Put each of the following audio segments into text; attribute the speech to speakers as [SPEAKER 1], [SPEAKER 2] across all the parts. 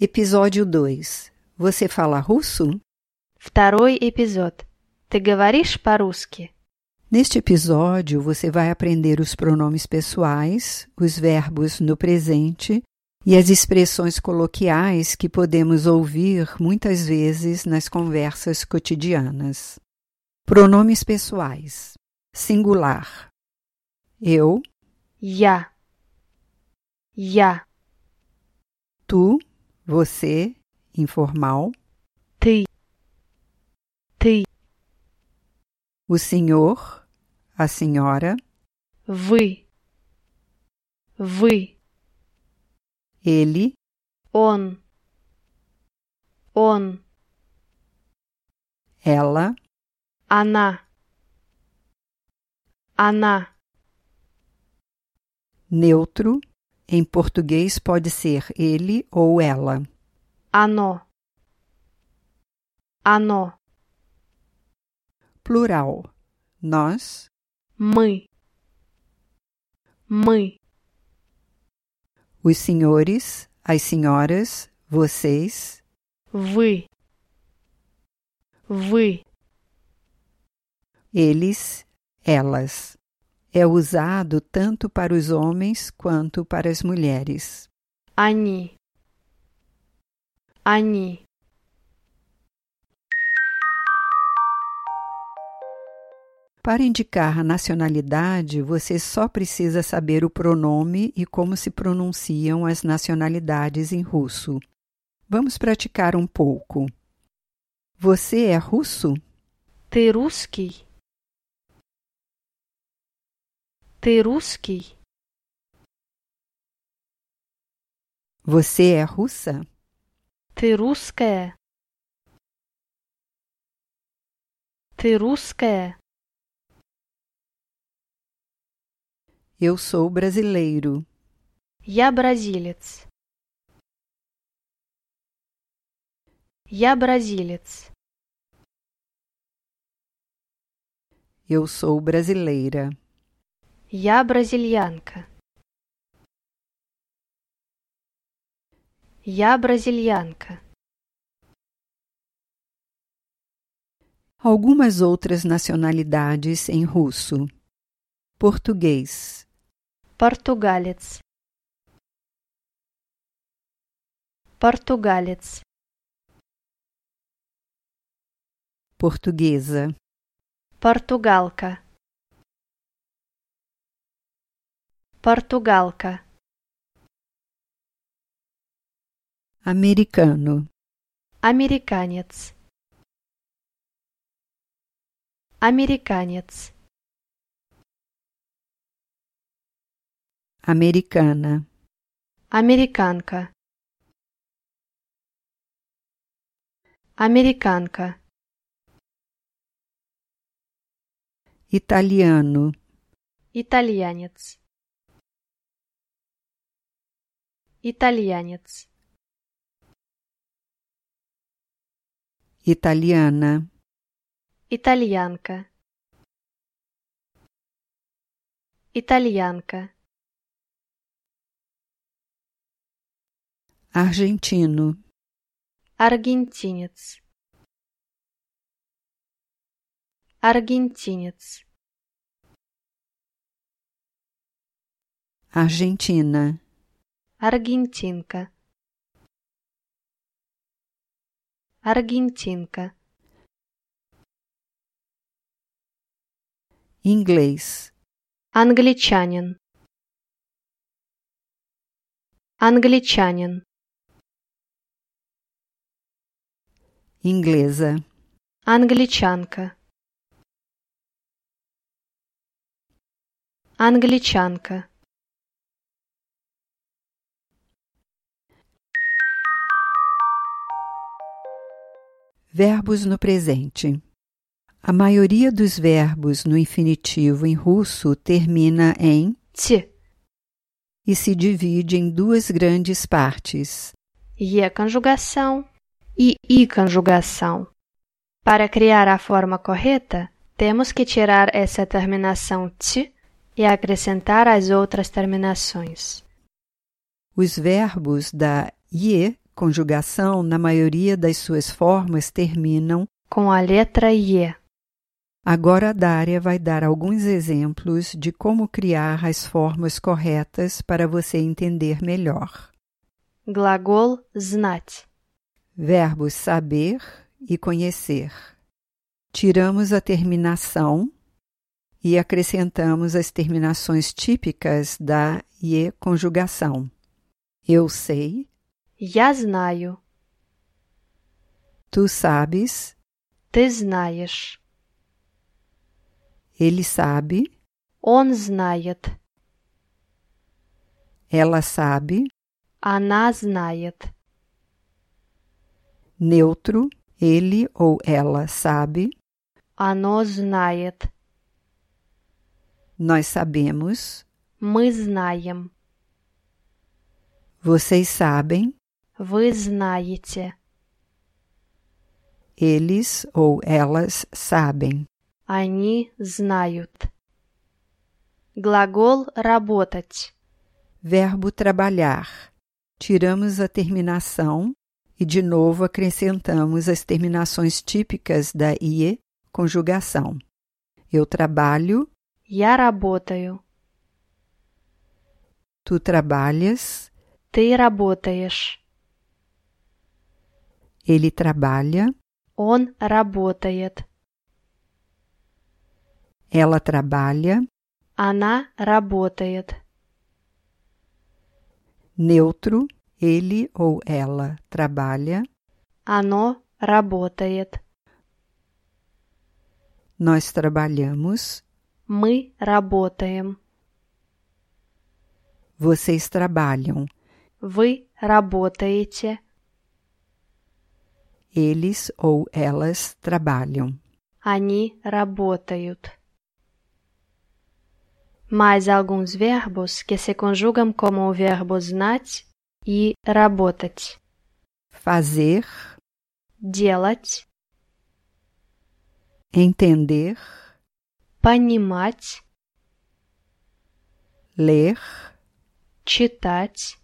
[SPEAKER 1] Эпизódio 2. Você fala russo?
[SPEAKER 2] Второй эпизод. Ты говоришь по-русски?
[SPEAKER 1] Neste episódio, você vai aprender os pronomes pessoais, os verbos no presente e as expressões coloquiais que podemos ouvir muitas vezes nas conversas cotidianas. Pronomes pessoais: singular. Eu,
[SPEAKER 2] Я. Я.
[SPEAKER 1] tu, você, informal.
[SPEAKER 2] Ты. Ты.
[SPEAKER 1] O senhor, a senhora,
[SPEAKER 2] Вы. Вы.
[SPEAKER 1] ele,
[SPEAKER 2] Он. Он.
[SPEAKER 1] ela,
[SPEAKER 2] Она. Она.
[SPEAKER 1] neutro. Em português pode ser ele ou ela.
[SPEAKER 2] Оно. Оно.
[SPEAKER 1] Plural. Nós,
[SPEAKER 2] Мы. Мы.
[SPEAKER 1] os senhores, as senhoras, vocês,
[SPEAKER 2] Вы. Вы.
[SPEAKER 1] eles, elas. É usado tanto para os homens quanto para as mulheres.
[SPEAKER 2] Они. Они.
[SPEAKER 1] Para indicar a nacionalidade, você só precisa saber o pronome e como se pronunciam as nacionalidades em russo. Vamos praticar um pouco. Você é russo?
[SPEAKER 2] Ты русский? Ты русский?
[SPEAKER 1] Você é russa?
[SPEAKER 2] Ты русская? Ты русская?
[SPEAKER 1] Eu sou brasileiro.
[SPEAKER 2] Я бразилец. Я бразилец.
[SPEAKER 1] Eu sou brasileira.
[SPEAKER 2] Я бразильянка. Я бразильянка.
[SPEAKER 1] Algumas outras nacionalidades em russo: português,
[SPEAKER 2] Португалец. Португалец.
[SPEAKER 1] portuguesa,
[SPEAKER 2] Португалка. Португалка.
[SPEAKER 1] americano,
[SPEAKER 2] Американец. Американец.
[SPEAKER 1] americana,
[SPEAKER 2] Американка. Американка.
[SPEAKER 1] italiano,
[SPEAKER 2] Итальянец. Итальянец.
[SPEAKER 1] italiana,
[SPEAKER 2] Итальянка. Итальянка.
[SPEAKER 1] argentino,
[SPEAKER 2] Аргентинец. Аргентинец.
[SPEAKER 1] argentina,
[SPEAKER 2] Аргентинка. Аргентинка.
[SPEAKER 1] inglês,
[SPEAKER 2] Англичанин. Англичанин.
[SPEAKER 1] inglesa,
[SPEAKER 2] Англичанка. Англичанка.
[SPEAKER 1] verbos no presente. A maioria dos verbos no infinitivo em russo termina em
[SPEAKER 2] Т.
[SPEAKER 1] e se divide em duas grandes partes.
[SPEAKER 2] E conjugação e I conjugação. Para criar a forma correta, temos que tirar essa terminação T e acrescentar as outras terminações.
[SPEAKER 1] Os verbos da IE Conjugação, na maioria das suas formas, terminam.
[SPEAKER 2] com a letra IE.
[SPEAKER 1] Agora a Dária vai dar alguns exemplos de como criar as formas corretas para você entender melhor.
[SPEAKER 2] Глагол «знать».
[SPEAKER 1] Verbos saber e conhecer. Tiramos a terminação e acrescentamos as terminações típicas da e conjugação. Eu sei,
[SPEAKER 2] Я знаю.
[SPEAKER 1] tu sabes,
[SPEAKER 2] Ты знаешь.
[SPEAKER 1] ele sabe,
[SPEAKER 2] Он знает.
[SPEAKER 1] ela sabe,
[SPEAKER 2] Она знает.
[SPEAKER 1] neutro, ele ou ela sabe,
[SPEAKER 2] Оно знает.
[SPEAKER 1] nós sabemos,
[SPEAKER 2] Мы знаем.
[SPEAKER 1] vocês sabem,
[SPEAKER 2] Вы знаете.
[SPEAKER 1] eles ou elas sabem.
[SPEAKER 2] Они знают. Глагол «работать».
[SPEAKER 1] Verbo trabalhar. Tiramos a terminação e de novo acrescentamos as terminações típicas da IE conjugação. Eu trabalho,
[SPEAKER 2] Я работаю.
[SPEAKER 1] tu trabalhas,
[SPEAKER 2] Ты работаешь.
[SPEAKER 1] ele trabalha,
[SPEAKER 2] Он работает.
[SPEAKER 1] ela trabalha,
[SPEAKER 2] Она работает.
[SPEAKER 1] neutro, ele ou ela trabalha,
[SPEAKER 2] Оно работает.
[SPEAKER 1] nós trabalhamos,
[SPEAKER 2] Мы работаем.
[SPEAKER 1] vocês trabalham,
[SPEAKER 2] Вы работаете.
[SPEAKER 1] eles ou elas trabalham.
[SPEAKER 2] Они работают. Mais alguns verbos que se conjugam como o verbo знать e работать.
[SPEAKER 1] Fazer,
[SPEAKER 2] Делать,
[SPEAKER 1] entender,
[SPEAKER 2] понимать,
[SPEAKER 1] ler,
[SPEAKER 2] читать,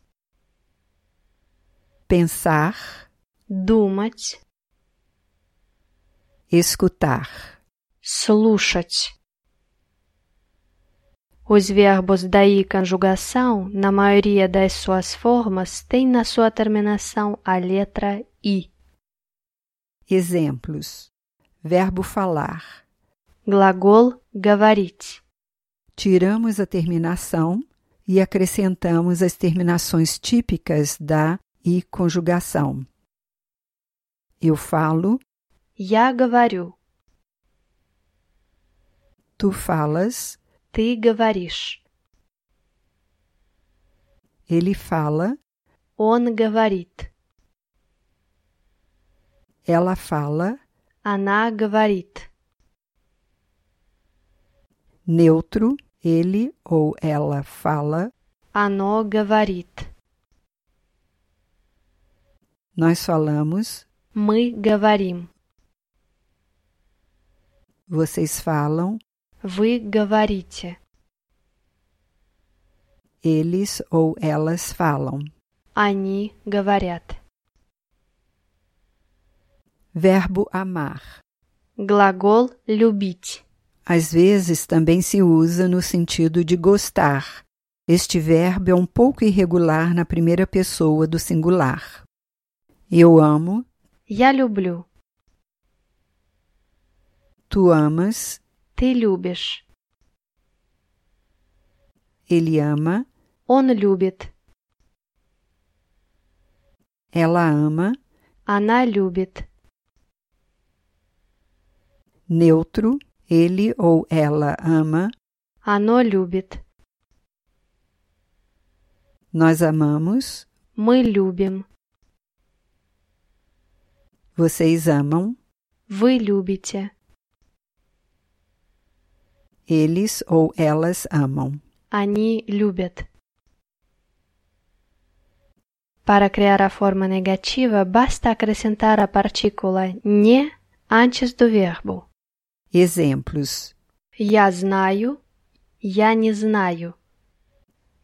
[SPEAKER 1] pensar,
[SPEAKER 2] думать,
[SPEAKER 1] escutar.
[SPEAKER 2] слушать. Os verbos daí conjugação, na maioria das suas formas, têm na sua terminação a letra i.
[SPEAKER 1] Exemplos: verbo falar.
[SPEAKER 2] Глагол говорить.
[SPEAKER 1] Tiramos a terminação e acrescentamos as terminações típicas da e conjugação. Eu falo,
[SPEAKER 2] Я говорю.
[SPEAKER 1] tu falas,
[SPEAKER 2] Ты говоришь.
[SPEAKER 1] ele fala,
[SPEAKER 2] Он говорит.
[SPEAKER 1] ela fala,
[SPEAKER 2] Она говорит.
[SPEAKER 1] neutro, ele ou ela fala,
[SPEAKER 2] Оно говорит.
[SPEAKER 1] nós falamos,
[SPEAKER 2] Мы говорим.
[SPEAKER 1] vocês falam,
[SPEAKER 2] Вы говорите.
[SPEAKER 1] eles ou elas falam.
[SPEAKER 2] Они говорят.
[SPEAKER 1] Verbo amar.
[SPEAKER 2] Глагол любить.
[SPEAKER 1] Às vezes também se usa no sentido de gostar. Este verbo é um pouco irregular na primeira pessoa do singular. Eu amo,
[SPEAKER 2] Я люблю.
[SPEAKER 1] tu amas,
[SPEAKER 2] Ты любишь.
[SPEAKER 1] ele ama,
[SPEAKER 2] Он любит.
[SPEAKER 1] ela ama,
[SPEAKER 2] Она любит.
[SPEAKER 1] neutro, ele ou ela ama,
[SPEAKER 2] Оно любит.
[SPEAKER 1] nós amamos,
[SPEAKER 2] Мы любим.
[SPEAKER 1] vocês amam,
[SPEAKER 2] Вы любите.
[SPEAKER 1] eles ou elas amam.
[SPEAKER 2] Они любят. Para criar a forma negativa, basta acrescentar a partícula не antes do verbo.
[SPEAKER 1] Exemplos:
[SPEAKER 2] Я знаю, я не знаю.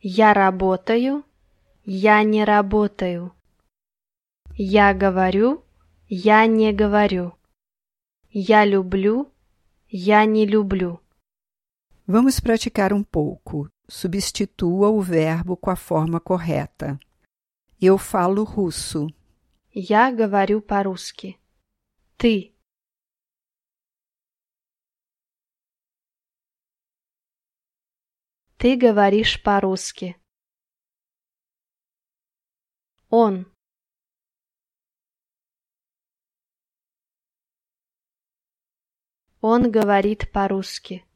[SPEAKER 2] Я работаю, я не работаю. Я говорю, я не говорю. Я люблю, я не люблю.
[SPEAKER 1] Vamos praticar um pouco. Substitua o verbo com a forma correta. Eu falo russo.
[SPEAKER 2] Я говорю по-русски. Ты. Ты говоришь по-русски. Он. Он говорит по-русски.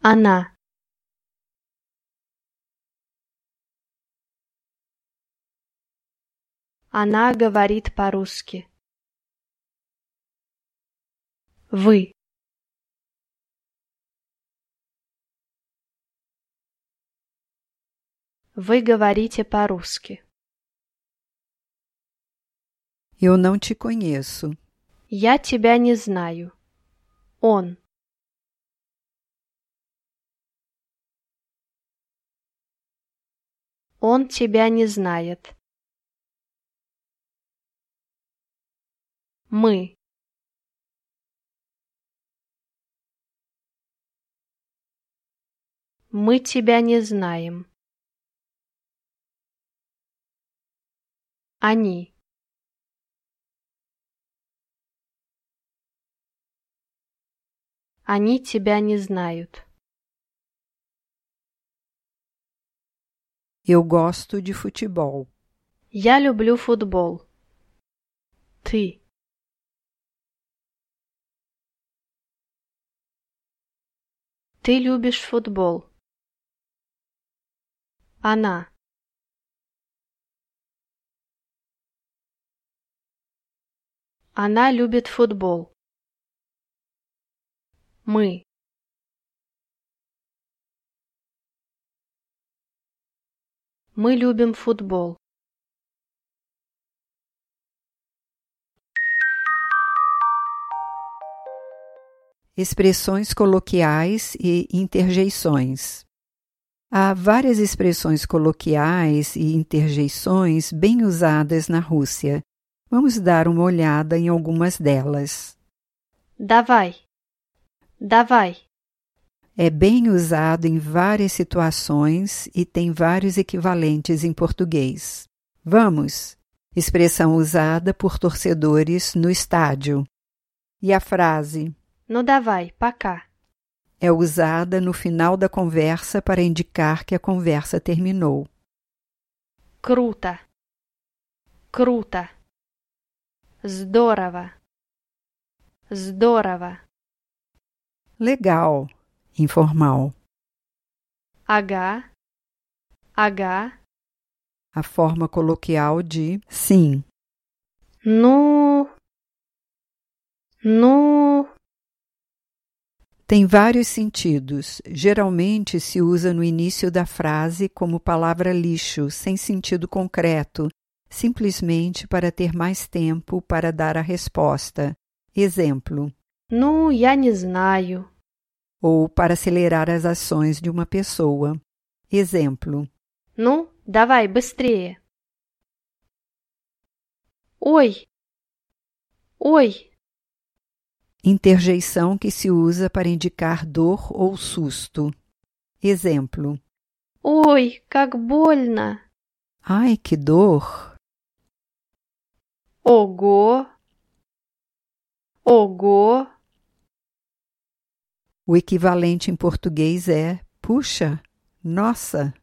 [SPEAKER 2] Она. Она говорит по-русски. Вы. Вы говорите по-русски.
[SPEAKER 1] Eu não te conheço.
[SPEAKER 2] Я тебя не знаю. Он. Он тебя не знает. Мы. Мы тебя не знаем. Они. Они тебя не знают.
[SPEAKER 1] Eu gosto de futebol.
[SPEAKER 2] Я люблю футбол. Ты. Ты любишь футбол. Она. Она любит футбол. Мы. Мы любим футбол.
[SPEAKER 1] Expressões coloquiais e interjeições. Há várias expressões coloquiais e interjeições bem usadas na Rússia. Vamos dar uma olhada em algumas delas.
[SPEAKER 2] Давай. Давай.
[SPEAKER 1] É bem usado em várias situações e tem vários equivalentes em português. Vamos! Expressão usada por torcedores no estádio. E a frase
[SPEAKER 2] Ну давай, пока.
[SPEAKER 1] é usada no final da conversa para indicar que a conversa terminou.
[SPEAKER 2] Круто. Круто. Здорово. Здорово.
[SPEAKER 1] Legal, informal.
[SPEAKER 2] Ага. Ага.
[SPEAKER 1] A forma coloquial de sim.
[SPEAKER 2] Ну. Ну.
[SPEAKER 1] Tem vários sentidos. Geralmente se usa no início da frase como palavra lixo, sem sentido concreto, simplesmente para ter mais tempo para dar a resposta. Exemplo:
[SPEAKER 2] Ну, я не знаю.
[SPEAKER 1] ou para acelerar as ações de uma pessoa. Exemplo:
[SPEAKER 2] Ну, давай быстрее. Ой. Ой.
[SPEAKER 1] interjeição que se usa para indicar dor ou susto. Exemplo:
[SPEAKER 2] Ой, как больно.
[SPEAKER 1] Ai, que dor!
[SPEAKER 2] Ого. Ого.
[SPEAKER 1] O equivalente em português é: Puxa, nossa!